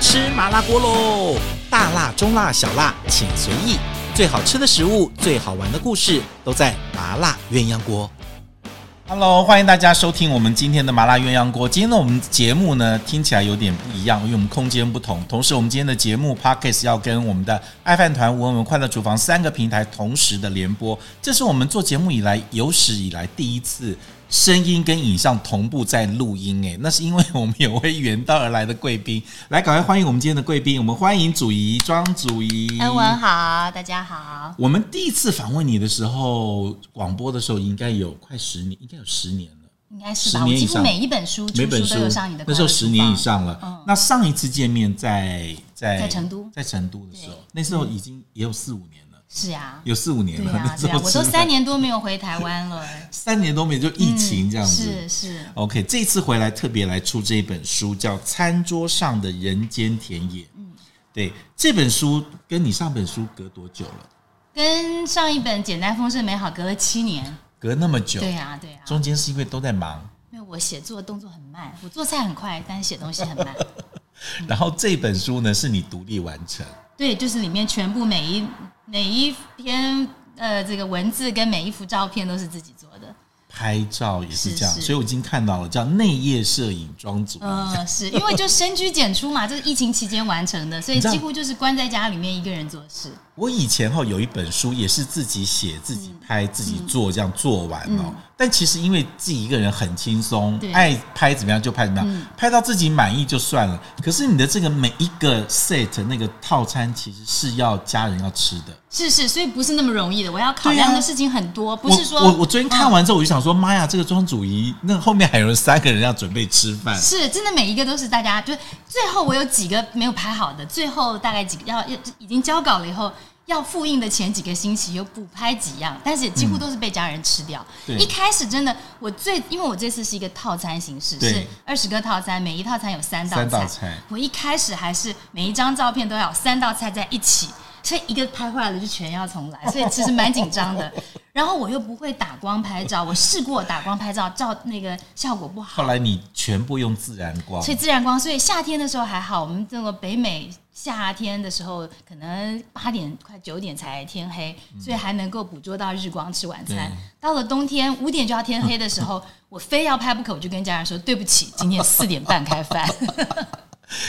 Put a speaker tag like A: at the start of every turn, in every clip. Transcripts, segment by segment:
A: 吃麻辣锅喽！大辣、中辣、小辣，请随意。最好吃的食物，最好玩的故事，都在麻辣鸳鸯锅。Hello，欢迎大家收听我们今天的麻辣鸳鸯锅。今天的我们节目呢，听起来有点不一样，因为我们空间不同。同时，我们今天的节目 Podcast 要跟我们的爱饭团、文文快乐厨房三个平台同时的联播，这是我们做节目以来有史以来第一次。声音跟影像同步在录音，诶，那是因为我们有位远道而来的贵宾，来赶快欢迎我们今天的贵宾，我们欢迎祖仪庄祖仪。
B: 恩文好，大家好。
A: 我们第一次访问你的时候，广播的时候应该有快十年，应该有十年了，
B: 应该是
A: 十
B: 吧？我
A: 年以
B: 几
A: 上
B: 乎每一本书
A: 每
B: 出
A: 本
B: 书
A: 书
B: 都有上你的。
A: 那时候十年以，上了。
B: 嗯
A: 那上一次见面在在
B: 在成都
A: 在成都的时候，那时候已经也有四五年了，
B: 是啊，
A: 有四五年
B: 对
A: 了。
B: 啊，
A: 那时
B: 对
A: 候
B: 啊，我
A: 吃
B: 都
A: 饭
B: 三年多没有回台湾了，哎
A: 三年多没就 疫情这样子，
B: 嗯是是，
A: OK，这次回来特别来出这一本书，叫《餐桌上的人间田野》。嗯，对，这本书跟你上本书隔多久了？
B: 跟上一本《简单丰盛美好》隔了七年。
A: 隔那么久，
B: 对啊，对啊，
A: 中间是因为都在忙。
B: 因为我写作动作很慢，我做菜很快，但是写东西很 慢。嗯
A: 然后这本书呢，是你独立完成。
B: 对，就是里面全部每一每一篇呃这个文字跟每一幅照片都是自己做的。
A: 拍照也是这样，
B: 是是
A: 所以我已经看到了，叫内页摄影啊装组。
B: 嗯，是因为就深居简出嘛，这是疫情期间完成的，所以
A: 你知道
B: 几乎就是关在家里面一个人做事。
A: 我以前哈有一本书也是自己写、自己拍、自己做，这样做完哦。但其实因为自己一个人很轻松
B: 嗯对，嗯
A: 爱拍怎么样就拍怎么样，拍到自己满意就算了。可是你的这个每一个 set 那个套餐，其实是要家人要吃的。
B: 是是，所以不是那么容易的。我要考量
A: 对啊
B: 的事情很多，不是说
A: 我我我昨天看完之后，我就想说，妈呀，这个庄主仪那后面还有三个人要准备吃饭。
B: 是真的每一个都是大家，就是最后我有几个没有排好的，最后大概几个要要已经交稿了以后。要复印的前几个星期又补拍几样，但是几乎都是被家人吃掉。
A: 对
B: 一开始真的，我最因为我这次是一个套餐形式，
A: 对
B: 是二十个套餐，每一套餐有三道
A: 三
B: 菜。
A: 道菜
B: 我一开始还是每一张照片都要有三道菜在一起，所以一个拍坏了就全要重来，所以其实蛮紧张 的。然后我又不会打光拍照，我试过打光拍照，照那个效果不好。
A: 后来你全部用自然光，
B: 所以自然光，所以夏天的时候还好，我们这个北美夏天的时候，可能八点快九点才天黑，所以还能够捕捉到日光吃晚餐
A: 嗯对。
B: 到了冬天五点就要天黑的时候，我非要拍不可，我就跟家人说对不起，今天四点半开 饭，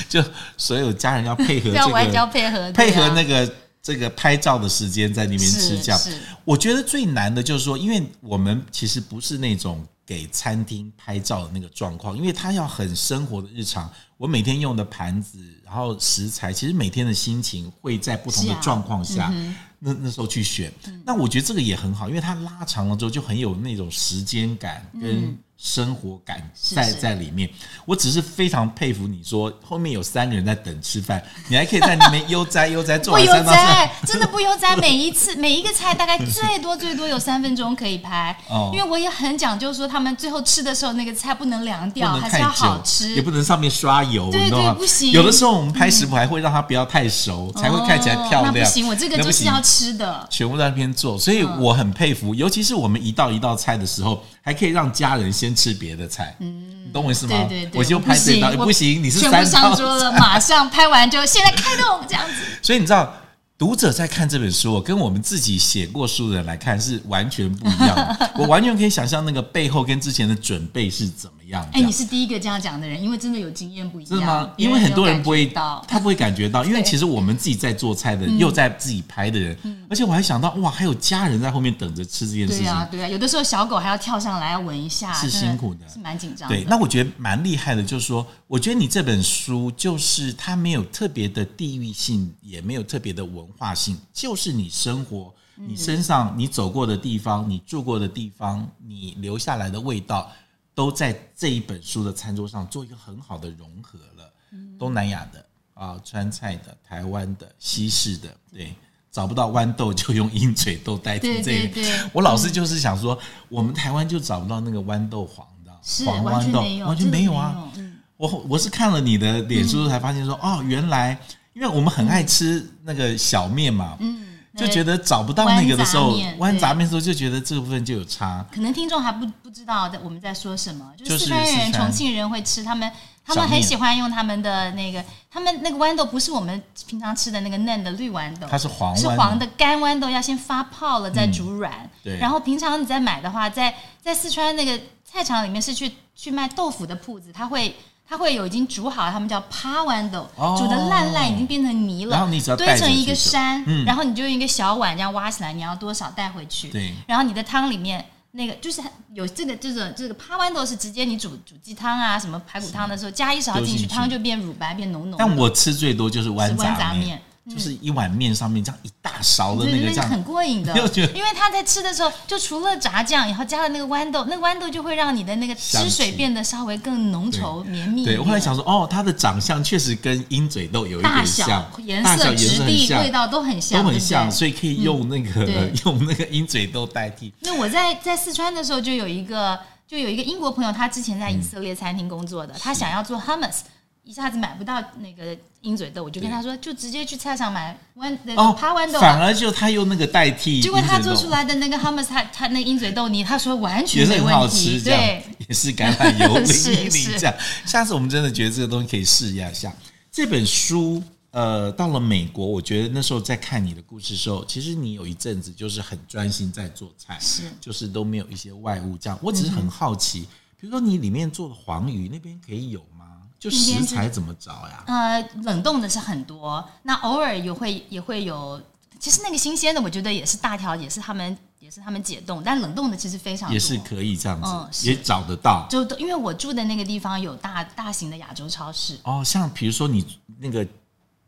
A: 就所有家人要配合这
B: 不
A: 个，
B: 要完全要配合
A: 配合那
B: 个
A: 个这个拍照的时间在那边吃这样。
B: 啊是
A: 我觉得最难的就是说，因为我们其实不是那种给餐厅拍照的那个状况，因为它要很生活的日常。我每天用的盘子，然后食材，其实每天的心情会在不同的
B: 是啊
A: 状况下，那那时候去选。那我觉得这个也很好，因为它拉长了之后就很有那种时间感跟生活感
B: 是
A: 在、
B: 嗯是
A: 在里面。我只是非常佩服你说后面有三个人在等吃饭，你还可以在那边悠哉悠哉做
B: 不
A: 完
B: 悠
A: 三道菜
B: 哉，，真的不悠哉。每一次每一个菜大概最多最多有三分钟可以拍
A: 哦，
B: 因为我也很讲究说他们最后吃的时候那个菜不能凉
A: 不
B: 掉，
A: 能
B: 还
A: 太
B: 是要好
A: 久，
B: 吃
A: 也。不能上面刷油，
B: 对
A: 你知道吗？
B: 对不行
A: 有的时候我们拍食谱还会让它不要太熟，才会看起来漂
B: 哦
A: 亮。
B: 那不行，我这个
A: 那
B: 就
A: 不
B: 是
A: 行
B: 要嗯吃的。
A: 全部在那边做，所以我很佩服，尤其是我们一道一道菜的时候，还可以让家人先吃别的菜，嗯，你懂我意思吗？
B: 对对对，
A: 我就拍这
B: 不
A: 道，
B: 行，
A: 不行，你是
B: 全
A: 三
B: 部
A: 道
B: 上，桌了，马上拍完就现在开动这样子。
A: 所以你知道。读者在看这本书，跟我们自己写过书的人来看是完全不一样的。 我完全可以想象那个背后跟之前的准备是怎么样的。
B: 哎，你是第一个这样讲的人，因为真的有经验不一样。
A: 真的吗？因为很多人不会
B: 没有感觉到，
A: 他不会感觉到，因为
B: 对嗯
A: 其实我们自己在做菜的人，又在自己拍的人，而且我还想到，哇，还有家人在后面等着吃这件事
B: 对
A: 情，
B: 啊对啊，有的时候小狗还要跳上来要闻一下，
A: 是
B: 真的
A: 辛苦的
B: 是蛮紧张的。
A: 对，那我觉得蛮厉害的，就是说，我觉得你这本书就是它没有特别的地域性，也没有特别的文化性，就是你生活、
B: 嗯
A: 你身上、你走过的地方、你住过的地方、你留下来的味道，都在这一本书的餐桌上做一个很好的融合了。
B: 嗯
A: 东南亚的啊，川菜的、台湾的、西式的，对。找不到豌豆就用鹰嘴豆代替
B: 对
A: 这个，
B: 对对
A: 我老是就是想说，我们台湾就找不到那个豌豆黄的，
B: 是
A: 黄
B: 完
A: 豌
B: 全
A: 豆
B: 没有，
A: 完全没有啊！
B: 真的没有。嗯
A: 我我是看了你的脸书才发现说，哦，原来因为我们很爱吃那个小面嘛，
B: 嗯，
A: 就
B: 那
A: 觉得找不到那个的时候
B: 豌杂，面
A: 豌杂面的时候就觉得这部分就有差。
B: 可能听众还不不知道在我们在说什么，就
A: 就是
B: 四川
A: 四
B: 人、
A: 川
B: 重庆人会吃，他们他们很喜欢用他们的那个，他们那个豌豆不是我们平常吃的那个嫩的绿豌豆，
A: 它是黄豌豆嗯
B: 是黄的干豌豆，要先发泡了再煮软。
A: 对
B: 然后平常你在买的话，在在四川那个菜场里面是去去卖豆腐的铺子，他会。他会有已经煮好，他们叫趴豌豆，
A: 哦
B: 煮的烂烂已经变成泥了，
A: 然后你只要带
B: 堆
A: 着
B: 成一个
A: 去煮
B: 山，
A: 嗯
B: 然后你就用一个小碗这样挖起来，你要多少带回去。
A: 对
B: 然后你的汤里面那个就是有这个这种这个趴豌豆是直接你煮煮鸡汤啊什么排骨汤的时候加一勺进
A: 丢进去
B: 去，汤就变乳白变浓浓的。
A: 但我吃最多就是豌
B: 是豌杂
A: 面
B: 面，嗯
A: 就是一碗面上面这样一大勺的
B: 对
A: 那
B: 对
A: 个
B: 对，
A: 这样，
B: 很过瘾的，
A: 又觉得
B: 因为他在吃的时候，就除了炸酱，然后加了那个豌豆，那个豌豆就会让你的那个
A: 香
B: 汁水
A: 气
B: 变得稍微更浓稠绵密一点。
A: 对，我后来想说，哦，它的长相确实跟鹰嘴豆有一
B: 大
A: 点
B: 小
A: 像、，
B: 颜
A: 大小
B: 色、
A: 颜
B: 质
A: 色很
B: 地、
A: 像
B: 味，道都很像，
A: 都很
B: 对不对
A: 像，所以可以用那个、
B: 对
A: 用那个鹰嘴豆代替。
B: 那我在在四川的时候，就有一个就有一个英国朋友，他之前在以色列餐厅工作的，他想要做 hummus，一下子买不到那个鹰嘴豆，我就跟
A: 对
B: 他说，就直接去菜场买豌那
A: 哦
B: 个，趴豌豆吧。
A: 反而就他用那个代替鹰
B: 结
A: 嘴
B: 果
A: 豆，
B: 他做出来的那个 hummus，他他那个鹰嘴豆泥，他说完
A: 也
B: 全
A: 是
B: 没
A: 很好
B: 问
A: 吃，
B: 题，
A: 这样
B: 对，
A: 也是橄榄 油
B: 是
A: 淋一淋
B: 是
A: 这样。下次我们真的觉得这个东西可以试一下下。这本书呃，到了美国，我觉得那时候在看你的故事的时候，其实你有一阵子就是很专心在做菜，
B: 是嗯
A: 就是都没有一些外物这样。我只是很好奇，比如说你里面做的黄鱼那边可以有吗？就
B: 那边
A: 食
B: 是
A: 材怎么找呀？
B: 呃，冷冻的是很多，那偶尔也会也会有。其实那个新鲜的，我觉得也是大条，也是他们也是他们解冻，但冷冻的其实非常多。
A: 也是可以这样子，
B: 嗯是
A: 也找得到。
B: 就都因为我住的那个地方有大大型的亚洲超市，
A: 哦，像比如说你那个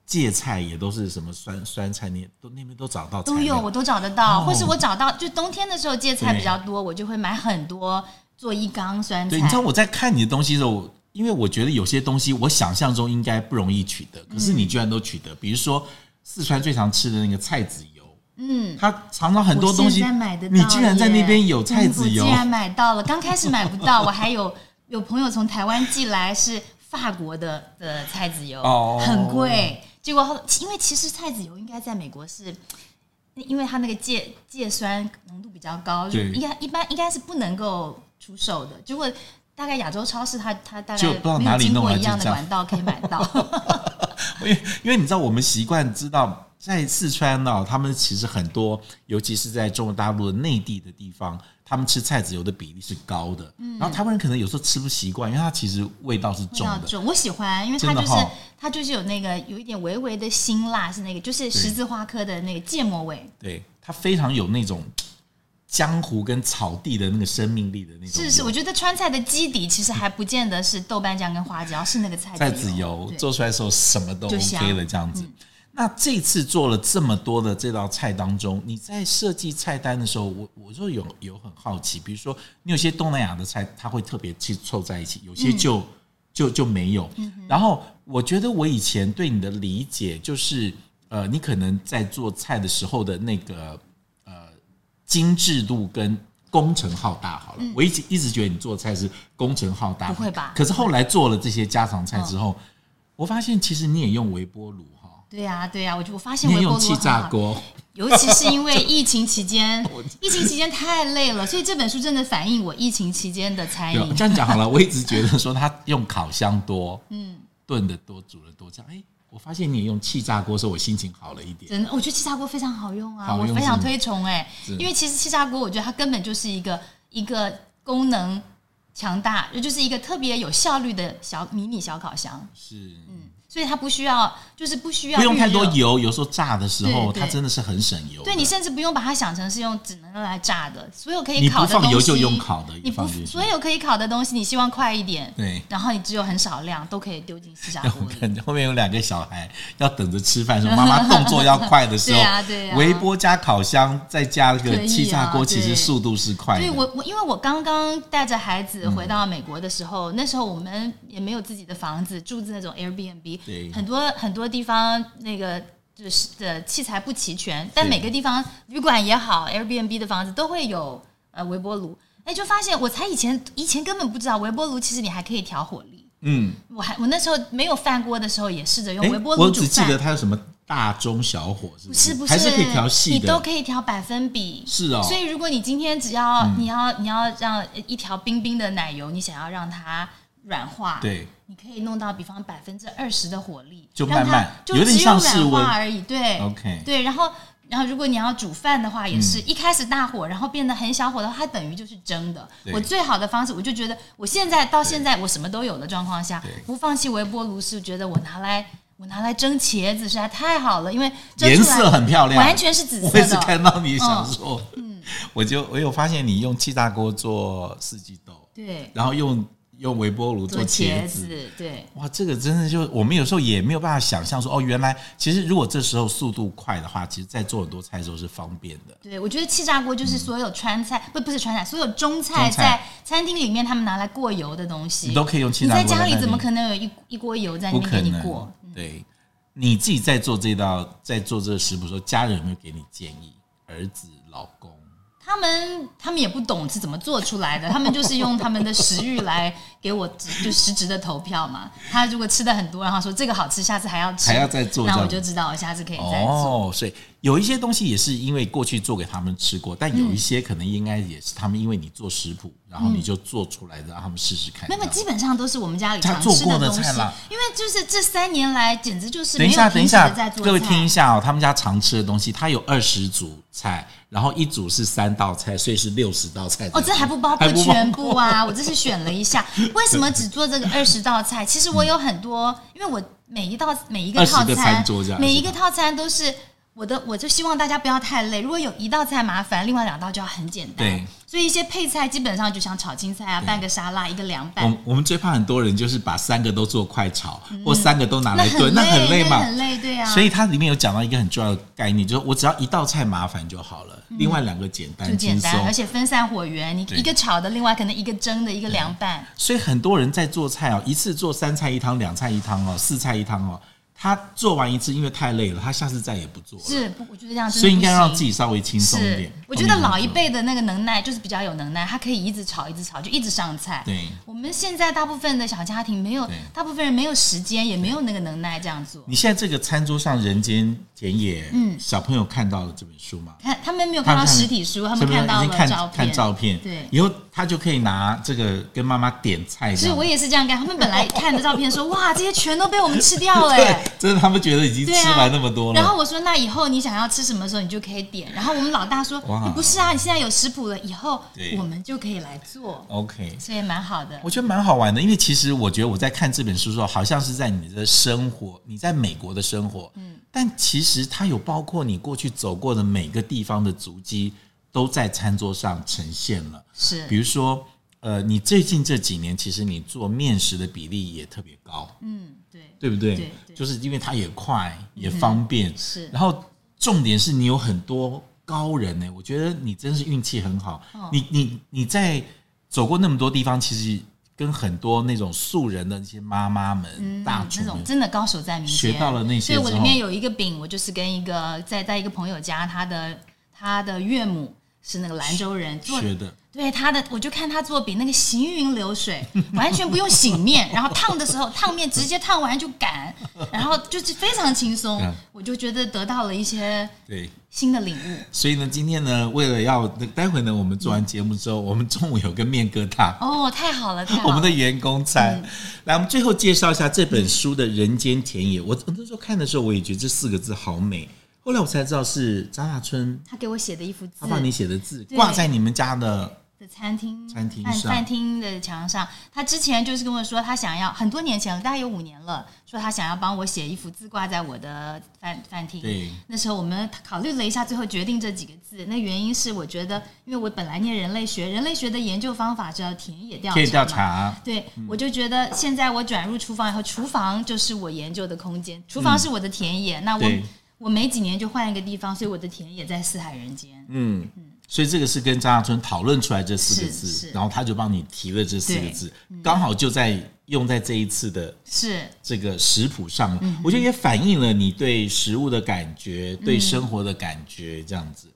A: 芥菜也都是什么酸酸菜，你也都那边都找到材
B: 都有
A: 料
B: 我都找得到，
A: 哦
B: 或是我找到就冬天的时候芥菜
A: 对
B: 比较多，我就会买很多做一缸酸菜
A: 对，你。知道我在看你的东西的时候，我因为我觉得有些东西我想象中应该不容易取得，
B: 嗯
A: 可是你居然都取得。比如说四川最常吃的那个菜籽油，
B: 嗯，
A: 它常常很多东西
B: 我现在买得到
A: 你居然在那边有菜籽
B: 耶嗯
A: 油
B: 我，竟然买到了。刚开始买不到，我还有有朋友从台湾寄来是法国的的菜籽油，
A: 哦
B: 很贵。结果后因为其实菜籽油应该在美国是。因为它那个芥芥酸浓度比较高，就
A: 对
B: 应该一般应该是不能够出售的。结果大概亚洲超市它它大
A: 就不知道
B: 概没
A: 哪
B: 有
A: 里
B: 经
A: 弄
B: 过
A: 来
B: 一样
A: 就
B: 的
A: 这样
B: 管道可以买到。
A: 因为因为你知道我们习惯知道在四川呢、他们其实很多，尤其是在中国大陆的内地的地方，他们吃菜籽油的比例是高的。
B: 嗯
A: 然后台湾人可能有时候吃不习惯，因为它其实味道是
B: 味
A: 重
B: 道
A: 的。
B: 重，我喜欢，因为它
A: 真的
B: 就是、
A: 哈
B: 它就是有那个有一点微微的辛辣，是那个就是十字花科的那个芥末味，
A: 对，它非常有那种江湖跟草地的那个生命力的那种
B: 是是，
A: 油
B: 我觉得川菜的基底其实还不见得是豆瓣酱跟花椒，是那个菜
A: 菜
B: 籽
A: 籽油
B: 哦对
A: 做出来的时候什么都
B: 就香嗯
A: OK 了，这样子。那这次做了这么多的这道菜当中，你在设计菜单的时候，我我就有有很好奇，比如说你有些东南亚的菜，它会特别去凑在一起，有
B: 嗯
A: 些就、就就没有。然后我觉得我以前对你的理解就是，呃，你可能在做菜的时候的那个呃精致度跟工程浩大好了，我一直一直觉得你做菜是工程浩大，
B: 嗯不会吧
A: 可是后来做了这些家常菜之后，我发现其实你也用微波炉哈，
B: 对呀、对啊呀、我就我发现
A: 你也
B: 微波
A: 用
B: 炉
A: 气
B: 很
A: 炸
B: 好，
A: 锅，
B: 尤其是因为疫情期 间，疫情期间太累了，所以这本书真的反映我疫情期间的餐
A: 对吧
B: 饮。
A: 这样讲好了。我一直觉得说他用烤箱多，嗯，炖的多，煮的多，这样哎，我发现你也用气炸锅，所以我心情好了一点。
B: 真的，我觉得气炸锅非常好用啊，
A: 好用
B: 我非常
A: 是吗
B: 推崇哎、
A: 是
B: 因为其实气炸锅，我觉得它根本就是一个一个功能强大，也就是一个特别有效率的小迷你小烤箱，
A: 是，
B: 所以它不需要，就是不需要
A: 不用太
B: 预热
A: 多油，有时候炸的时候
B: 对对
A: 它真的是很省油的。
B: 对你甚至不用把它想成是用只能用来炸的，所有可以
A: 你不
B: 烤的东西，
A: 放油就用烤的
B: 你不
A: 放进去
B: 所有可以烤的东西，你希望快一点，
A: 对
B: 然后你只有很少量都可以丢进 气炸
A: 让
B: 锅
A: 我
B: 里。
A: 看后面有两个小孩要等着吃饭的时候，妈妈动作要快的时候，
B: 对啊对啊
A: 微波加烤箱再加
B: 可以
A: 个
B: 啊
A: 气炸锅，其实
B: 对
A: 速度是快的。嗯
B: 对我我因为我刚刚带着孩子回到美国的时候，那时候我们也没有自己的房子，住那种
A: 对
B: Airbnb，很多很多地方那个。就是的器材不齐全，但
A: 对
B: 每个地方旅馆也好，Airbnb 的房子都会有呃微波炉。哎，就发现我才以前以前根本不知道微波炉其实你还可以调火力。
A: 嗯，
B: 我还我那时候没有饭锅的时候也试着用
A: 诶
B: 微波
A: 我
B: 炉煮
A: 只记
B: 饭
A: 得，它有什么大中小火，是
B: 不
A: 不
B: 是不是，
A: 还是可以调细
B: 你都
A: 的。
B: 可以调百分比。
A: 是哦嗯
B: 所以如果你今天只要、你要你要让一条冰冰的奶油，你想要让它软化，
A: 对，
B: 你可以弄到比方百分之二十的火力，
A: 就
B: 让它
A: 慢慢
B: 就
A: 有点
B: 只
A: 像
B: 有
A: 室
B: 软
A: 温
B: 化而已，对
A: OK 嗯
B: 对，然后。然后，如果你要煮饭的话，也是、一开始大火，然后变得很小火的话，它等于就是蒸的。
A: 对
B: 我最好的方式，我就觉得我现在到现在我什么都有的状况下
A: 对，
B: 不放弃微波炉是觉得我拿来我拿来蒸茄子实在太好了，因为蒸
A: 颜
B: 出来
A: 色很漂亮，
B: 完全是紫色
A: 我也是
B: 的。哦
A: 看到你想说，嗯，我就我有发现你用气炸锅做四季豆，
B: 对，
A: 然后用用微波炉
B: 做
A: 做
B: 茄
A: 茄
B: 子，对
A: 哇，这个真的就我们有时候也没有办法想象说，哦，原来其实如果这时候速度快的话，其实在做很多菜的时候是方便的。
B: 对，我觉得气炸锅就是所有川菜，不不是川菜，所有中菜
A: 嗯中菜
B: 在餐厅里面他们拿来过油的东西，
A: 你都可以用气
B: 你
A: 炸锅
B: 在
A: 在
B: 家
A: 那
B: 里怎么
A: 里
B: 可能有一一锅油在
A: 不
B: 那
A: 可
B: 边给你
A: 能啊
B: 过？。嗯
A: 对，你自己在做这道，在做这个食谱的时候，家人有没有给你建议？儿子、老公，
B: 他们他们也不懂是怎么做出来的，他们就是用他们的食欲来给我指就实质的投票嘛。他如果吃的很多，然后说这个好吃，下次还要吃，
A: 还要再做
B: 那
A: 这
B: 我
A: 样
B: 就知道我下次可以再做。
A: 哦，所以有一些东西也是因为过去做给他们吃过，但
B: 嗯
A: 有一些可能应该也是他们因为你做食谱，然后你就做出来的，让他们试试看。
B: 没有，基本上都是我们家里
A: 他
B: 常
A: 做
B: 吃
A: 过的
B: 东西
A: 菜啦，
B: 因为就是这三年来，简直就是
A: 等
B: 没
A: 一
B: 有
A: 下，
B: 停
A: 等一
B: 止地
A: 下
B: 在，做
A: 各位
B: 菜
A: 听一下哦，他们家常吃的东西，它有二十组菜，然后一组是三道菜，所以是六十道菜。
B: 哦，这还不包括全部啊！ 我这是选了一下，为什么只做这个二十道菜？其实我有很多，因为我每一道每一个
A: 20
B: 套
A: 个
B: 餐
A: 餐桌这样，
B: 每一个套餐都是我的，我就希望大家不要太累。如果有一道菜麻烦，另外两道就要很简单
A: 对。
B: 所以一些配菜基本上就像炒青菜啊，
A: 对
B: 拌个沙拉，一个凉
A: 我
B: 拌，
A: 们我们最怕很多人就是把三个都做快炒，或三个都拿来
B: 很
A: 炖，那很累
B: 累，嗯那
A: 嘛。
B: 很累，对啊。
A: 所以它里面有讲到一个很重要的概念，就是我只要一道菜麻烦就好了，另外两个简
B: 嗯就
A: 单
B: 简
A: 轻松
B: 单，。而且分散火源，你
A: 对
B: 一个炒的，另外可能一个蒸的，一个凉拌。
A: 所以很多人在做菜哦，一次做三菜一汤、两菜一汤哦、四菜一汤哦，他做完一次因为太累了，他下次再也不做了。
B: 是，不我觉得这样真的
A: 所以应该
B: 不
A: 让
B: 行
A: 自己稍微轻松一点哦
B: 是。，我觉得老一
A: 辈。
B: 辈的那个能耐就是比较有能耐，他可以一直炒，一直炒，就一直上菜。
A: 对
B: 我们现在大部分的小家庭没有
A: 对，
B: 大部分人没有时间，也没有那个能耐这样做。
A: 你现在这个餐桌上人间田野，嗯，小朋友看到了这本书吗？
B: 看他们没有看
A: 他
B: 到
A: 们
B: 实体书，他
A: 小
B: 们
A: 朋友
B: 看到
A: 已
B: 了
A: 经看
B: 照片。
A: 看照片，
B: 对
A: 以后他就可以拿这个跟妈妈点菜这
B: 所以
A: 样。
B: 我也是这样干。他们本来看的照片说：“哇，这些全都被我们吃掉了。”
A: 对，真的他们觉得已经吃
B: 对啊，
A: 完那么多了。
B: 然后我说，那以后你想要吃什么时候，你就可以点。然后我们老大说
A: 哇，
B: 你不是啊，你现在有食谱了，以后
A: 对
B: 我们就可以来做，
A: OK，
B: 所以蛮好的。
A: 我觉得蛮好玩的，因为其实我觉得我在看这本书的时候，好像是在你的生活，你在美国的生活，嗯，但其实它有包括你过去走过的每个地方的足迹，都在餐桌上呈现了。
B: 是
A: 比如说，呃，你最近这几年其实你做面食的比例也特别高，
B: 嗯，对，
A: 对不对？
B: 对对嗯
A: 就是因为它也快也方便，
B: 是
A: 然后重点是你有很多高人呢，我觉得你真是运气很好。
B: 哦
A: 你你你在走过那么多地方，其实跟很多那种素人的那些妈妈们、大厨
B: 嗯那种
A: 们，
B: 真的高手在民间，
A: 啊学到了那些
B: 所以我
A: 之
B: 里
A: 后
B: 面有一个饼，我就是跟一个在在一个朋友家，他的他的岳母是那个兰州人做。
A: 学的
B: 对他的，我就看他做饼，那个行云 流水，完全不用醒面，然后烫的时候烫面直接烫完就擀，然后就是非常轻松
A: 嗯，
B: 我就觉得得到了一些
A: 对。
B: 新的领悟。
A: 所以呢，今天呢，为了要待会呢，我们做完节目之后，我们中午有个面疙瘩，
B: 哦，太好了，太好了！嗯
A: 我们的员工餐。来，我们最后介绍一下这本书的《人间田野》。我我那时候看的时候，我也觉得这四个字好美。后来我才知道是张大春
B: 他给我写的一幅字，
A: 他帮你写的字，
B: 对
A: 挂在你们家的
B: 的餐厅
A: 餐厅
B: 饭
A: 上
B: 饭厅的墙上。他之前就是跟我说，他想要很多年前了，大概有五年了，说他想要帮我写一幅字挂在我的饭饭厅。
A: 对
B: 那时候我们考虑了一下，最后决定这几个字。那原因是我觉得，因为我本来念人类学，人类学的研究方法是要田野调查
A: 田
B: 嘛。
A: 野调查。
B: 对，我就觉得现在我转入厨房以后，厨房就是我研究的空间，厨房是我的田野。那我
A: 嗯对
B: 我每几年就换一个地方，所以我的田野在四海人间。
A: 嗯，所以这个是跟张大春讨论出来这四个
B: 是
A: 字，
B: 是
A: 然后他就帮你提了这四个
B: 对嗯
A: 字，刚好就在用在这一次的
B: 是，
A: 这个食谱上了，
B: 嗯
A: 我觉得也反映了你对食物的感觉，对生活的感觉，这样子。
B: 嗯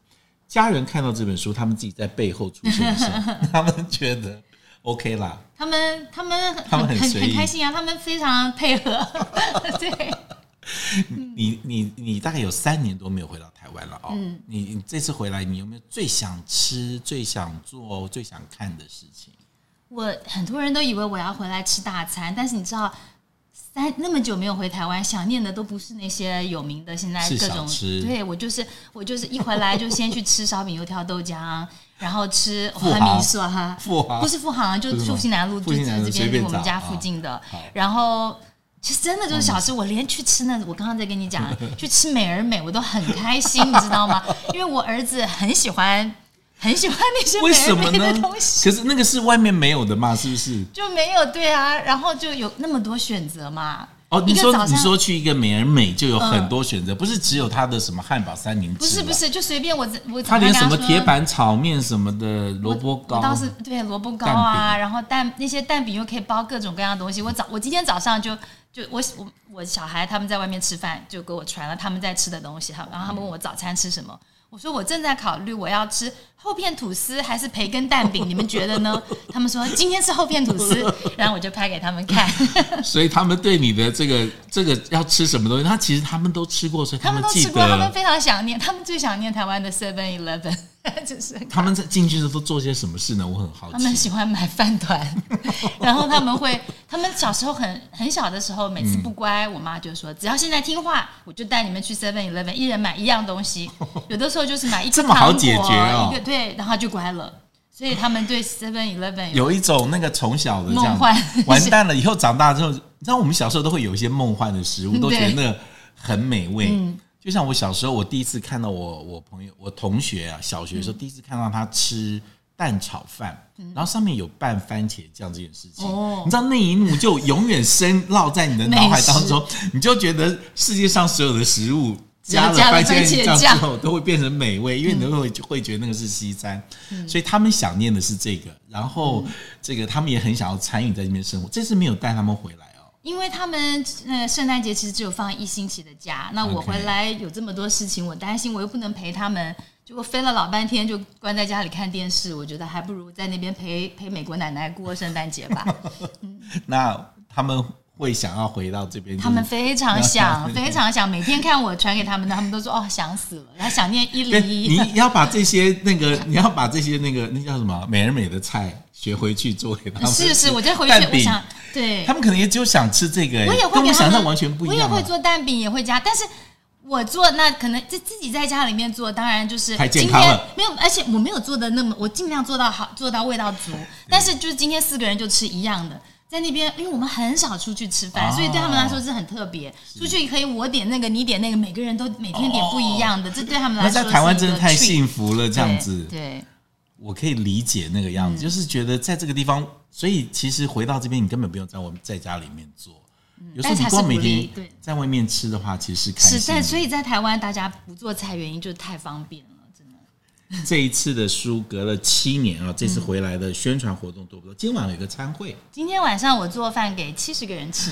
A: 家人看到这本书，他们自己在背后出现的时候， 他们觉得 OK 啦，
B: 他们他们很
A: 他们很
B: 很
A: 随意
B: 开心啊，他们非常配合， 对，
A: 你你你大概有三年多没有回到台湾了哦，
B: 嗯
A: 你你这次回来，你有没有最想吃、最想做、最想看的事情？
B: 我很多人都以为我要回来吃大餐，但是你知道，三那么久没有回台湾，想念的都不是那些有名的，现在
A: 是
B: 各
A: 小
B: 种
A: 吃
B: 对我就是我就是一回来就先去吃烧饼、油条、豆浆，啊然后吃
A: 富
B: 花
A: 航
B: 米索哈，
A: 富航
B: 不是富航，就是是
A: 吗
B: 复兴南路，
A: 复
B: 就
A: 兴
B: 是
A: 南路
B: 这
A: 随
B: 边
A: 便
B: 是我们
A: 找
B: 家
A: 啊
B: 附近的
A: 好，嗯
B: 然后。其实真的就是小吃，我连去吃那，我刚刚在跟 你讲，啊去吃美而美，我都很开心，你知道吗？因为我儿子很喜欢，很喜欢那些
A: 为什
B: 美
A: 么
B: 而美
A: 呢
B: 的东？西。
A: 可是那个是外面没有的嘛，是不是？
B: 就没有对啊，然后就有那么多选择嘛。
A: 哦，
B: 一
A: 你
B: 个
A: 说
B: 早
A: 你
B: 上
A: 说去一个美而美就有很
B: 嗯
A: 多选择，不是只有它的什么汉堡三明治，啊
B: 不是不，是，就随便我我
A: 它连什么铁
B: 板
A: 板炒面什么的萝卜糕，
B: 我倒是对萝卜糕
A: 蛋
B: 啊，
A: 饼
B: 然后蛋那些蛋饼又可以包各种各样的东西。我早我今天早上就就我我我小孩他们在外面吃饭，就给我传了他们在吃的东西，他然后他们问我早餐吃什么。我说我正在考虑我要吃厚片吐司还是培根蛋饼，你们觉得呢？他们说今天吃厚片吐司，然后我就拍给他们看。
A: 所以他们对你的这个这个要吃什么东西，他其实他们都吃过，所以
B: 他们都
A: 记
B: 吃过，他们
A: 得。
B: 非常想念，他们最想念台湾的 Seven Eleven，就是
A: 他们在进去的时候都做些什么事呢？我很好
B: 他们
A: 奇。
B: 喜欢买饭 团，然后他们会，他们小时候很很小的时候，每次不乖，我妈就说只要现在听话，我就带你们去 Seven Eleven，一人买一样东 西，有的时候就是买一
A: 这
B: 个
A: 么好
B: 糖果，
A: 解决哦
B: 一个对，然后就乖了，所以他们对 Seven Eleven
A: 有一种那个从小的这样
B: 梦幻
A: 完蛋了，以后长大之后，你知道我们小时候都会有一些梦幻的食物，
B: 嗯
A: 都觉得
B: 对嗯
A: 那个很美味。就像我小时候，我第一次看到我我朋友我同学啊，小学的时候第一次看到他吃蛋炒饭，然后上面有拌番茄酱这件事情，
B: 嗯哦
A: 你知道那一幕就永远深烙在你的脑海当 中，你就觉得世界上所有的食物。
B: 只要
A: 了
B: 加了
A: 番
B: 番
A: 茄
B: 茄
A: 酱之
B: 酱
A: 后都会变成美味，因为你会会觉得那个是西餐，
B: 嗯
A: 所以他们想念的是这个，然后这个他们也很想要参与在这边生活，这次没有带他们回来哦，
B: 因为他们呃圣诞节其实只有放一星期的假，那我
A: OK
B: 回来有这么多事情，我担心我又不能陪他们，结果飞了老半天就关在家里看电视，我觉得还不如在那边陪陪美国奶奶过圣诞节 吧。
A: 那他们会想要回到这边，
B: 他们非常想，
A: 对
B: 非常想，每天看我传给他们的，他们都说哦想死了，然后想念一
A: 跟
B: 零
A: 你
B: 一。
A: 要把这些那个，你要把这些那个那叫什么美而美的菜学回去做给他们吃。
B: 是是，我就回去
A: 蛋，
B: 我
A: 饼
B: 想对
A: 他，们可能也只有想吃这个、欸，
B: 我也会
A: 跟
B: 给
A: 我
B: 他
A: 想
B: 们
A: 象完全不一样、啊。
B: 我也会做蛋饼，也会加，但是我做那可能自自己在家里面做，当然就是
A: 太健
B: 今
A: 康
B: 天
A: 了
B: 没有，而且我没有做的那么，我尽量做到好，做到味道足。但是就是今天四个人就吃一样的。在那边，因为我们很少出去吃饭，
A: 哦
B: 所以对他们来说是很特别。出去可以我点那个，你点那个，每个人都每天点不一样的，这对他们来
A: 哦那
B: 说
A: 在台湾真的太
B: 福
A: 幸福了，这样子，
B: 对，
A: 我可以理解那个样
B: 嗯
A: 子，就是觉得在这个地方，所以其实回到这边，你根本不用在我们在家里面做。有时候
B: 嗯但是
A: 你
B: 还是
A: 光每
B: 鼓励
A: 天
B: 对
A: 在外面吃的话，其实是开心
B: 是
A: 的。
B: 在所以在台湾大家不做菜，原因就是太方便了，真的。
A: 这一次的书隔了七年啊，这次回来的宣传活动多不多？今晚有一个餐会，
B: 今天晚上我做饭给七十个人吃。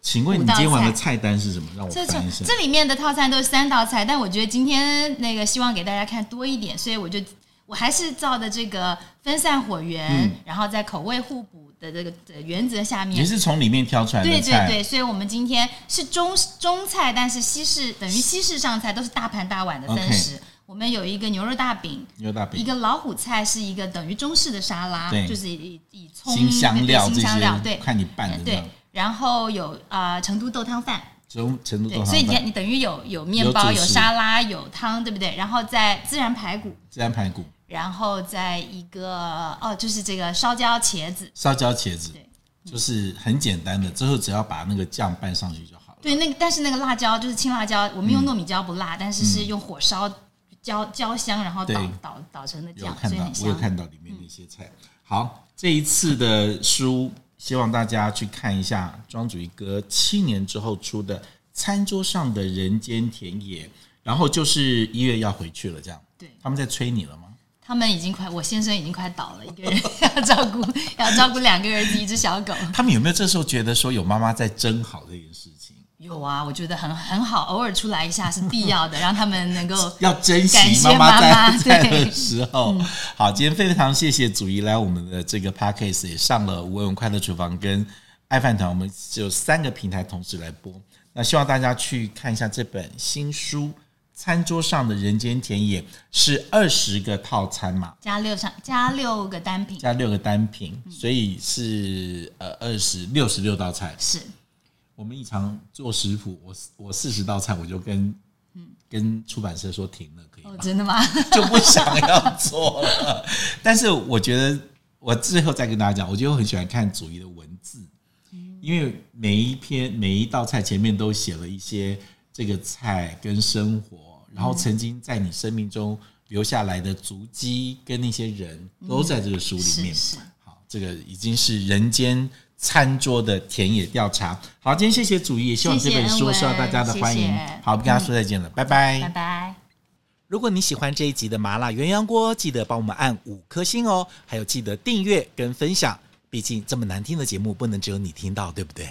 A: 请问你
B: 五道
A: 今晚的菜
B: 菜
A: 单是什么？让我
B: 这
A: 翻一下。
B: 这里面的套餐都是三道菜，但我觉得今天那个希望给大家看多一点，所以我就我还是照的这个分散火源，
A: 嗯
B: 然后在口味互补的这个的原则下
A: 也
B: 面。
A: 是从里面挑出来的
B: 对
A: 菜。
B: 对对，所以我们今天是中中菜，但是西式等于西式上菜都是大盘大碗的分食。我们有一个牛肉大饼，
A: 牛大
B: 一
A: 饼，
B: 个老虎菜是一个等于中式的沙拉
A: 对，
B: 就是以以葱
A: 新香料
B: 对
A: 这
B: 新香料
A: 些，
B: 对
A: 看你拌的这
B: 对
A: 样。，
B: 然后有啊成都豆汤饭，
A: 成成都
B: 对，
A: 豆
B: 所以
A: 汤
B: 你
A: 饭、
B: 你等于有有面包、
A: 有主
B: 有
A: 食
B: 沙拉、有汤，对不对？然后再孜然排骨，
A: 孜然排骨、
B: 然后再一个哦，就是这个烧焦茄子。
A: 烧焦茄子
B: 对，嗯
A: 就是很简单的，最后只要把那个酱拌上去就好了。
B: 对，那个但是那个辣椒就是青辣椒，我们
A: 嗯
B: 用糯米椒不辣，但是是用火烧焦焦香，然后
A: 对
B: 捣捣捣成的
A: 有
B: 酱，
A: 看
B: 所以
A: 到
B: 很，
A: 我有
B: 香。
A: 看到里面那些菜。好，这一次的书，希望大家去看一下庄主一哥七年之后出的《餐桌上的人间田野》，然后就是一月要回去了，这样。
B: 对
A: 他们在催你了吗？
B: 他们已经快，我先生已经快倒了，一个人 要照顾要照顾两个儿子，一只小狗。
A: 他们有没有这时候觉得说有妈妈在真好这件事情，
B: 有啊，我觉得很很好，偶尔出来一下是必要的，让他们能够
A: 要珍
B: 感
A: 惜
B: 谢
A: 妈在
B: 妈妈
A: 在
B: 对嗯
A: 的时候。好，今天非常谢谢祖仪来我们的这个 podcast，也上了无文快乐厨房跟爱饭团，我们只有三个平台同时来播。那希望大家去看一下这本新书《餐桌上的人间田野是二十个套餐嘛，
B: 加六项加六个单品，
A: 加六个单品，所以是呃二十六十六道菜。
B: 是
A: 我们一常做食谱，我我四十道菜我就跟
B: 嗯
A: 跟出版社说停了，可以
B: 哦
A: 吗，？
B: 真的吗？
A: 就不想要做了。但是我觉得，我最后再跟大家讲，我就很喜欢看祖仪的文字，
B: 嗯
A: 因为每一篇每一道菜前面都写了一些这个菜跟生活，然
B: 嗯
A: 后曾经在你生命中留下来的足迹跟那些人都在这个书里面。
B: 嗯是是
A: 好，这个已经是人间。餐桌的田野调查，好，今天谢谢祖仪，也希望这
B: 谢谢
A: 本
B: 恩
A: 书
B: 文
A: 受到大家的欢迎。
B: 谢谢嗯
A: 好，跟大家说再见了，拜拜。
B: 拜拜。
A: 如果你喜欢这一集的麻辣鸳鸯锅，记得帮我们按五颗星哦，还有记得订阅跟分享，毕竟这么难听的节目不能只有你听到，对不对？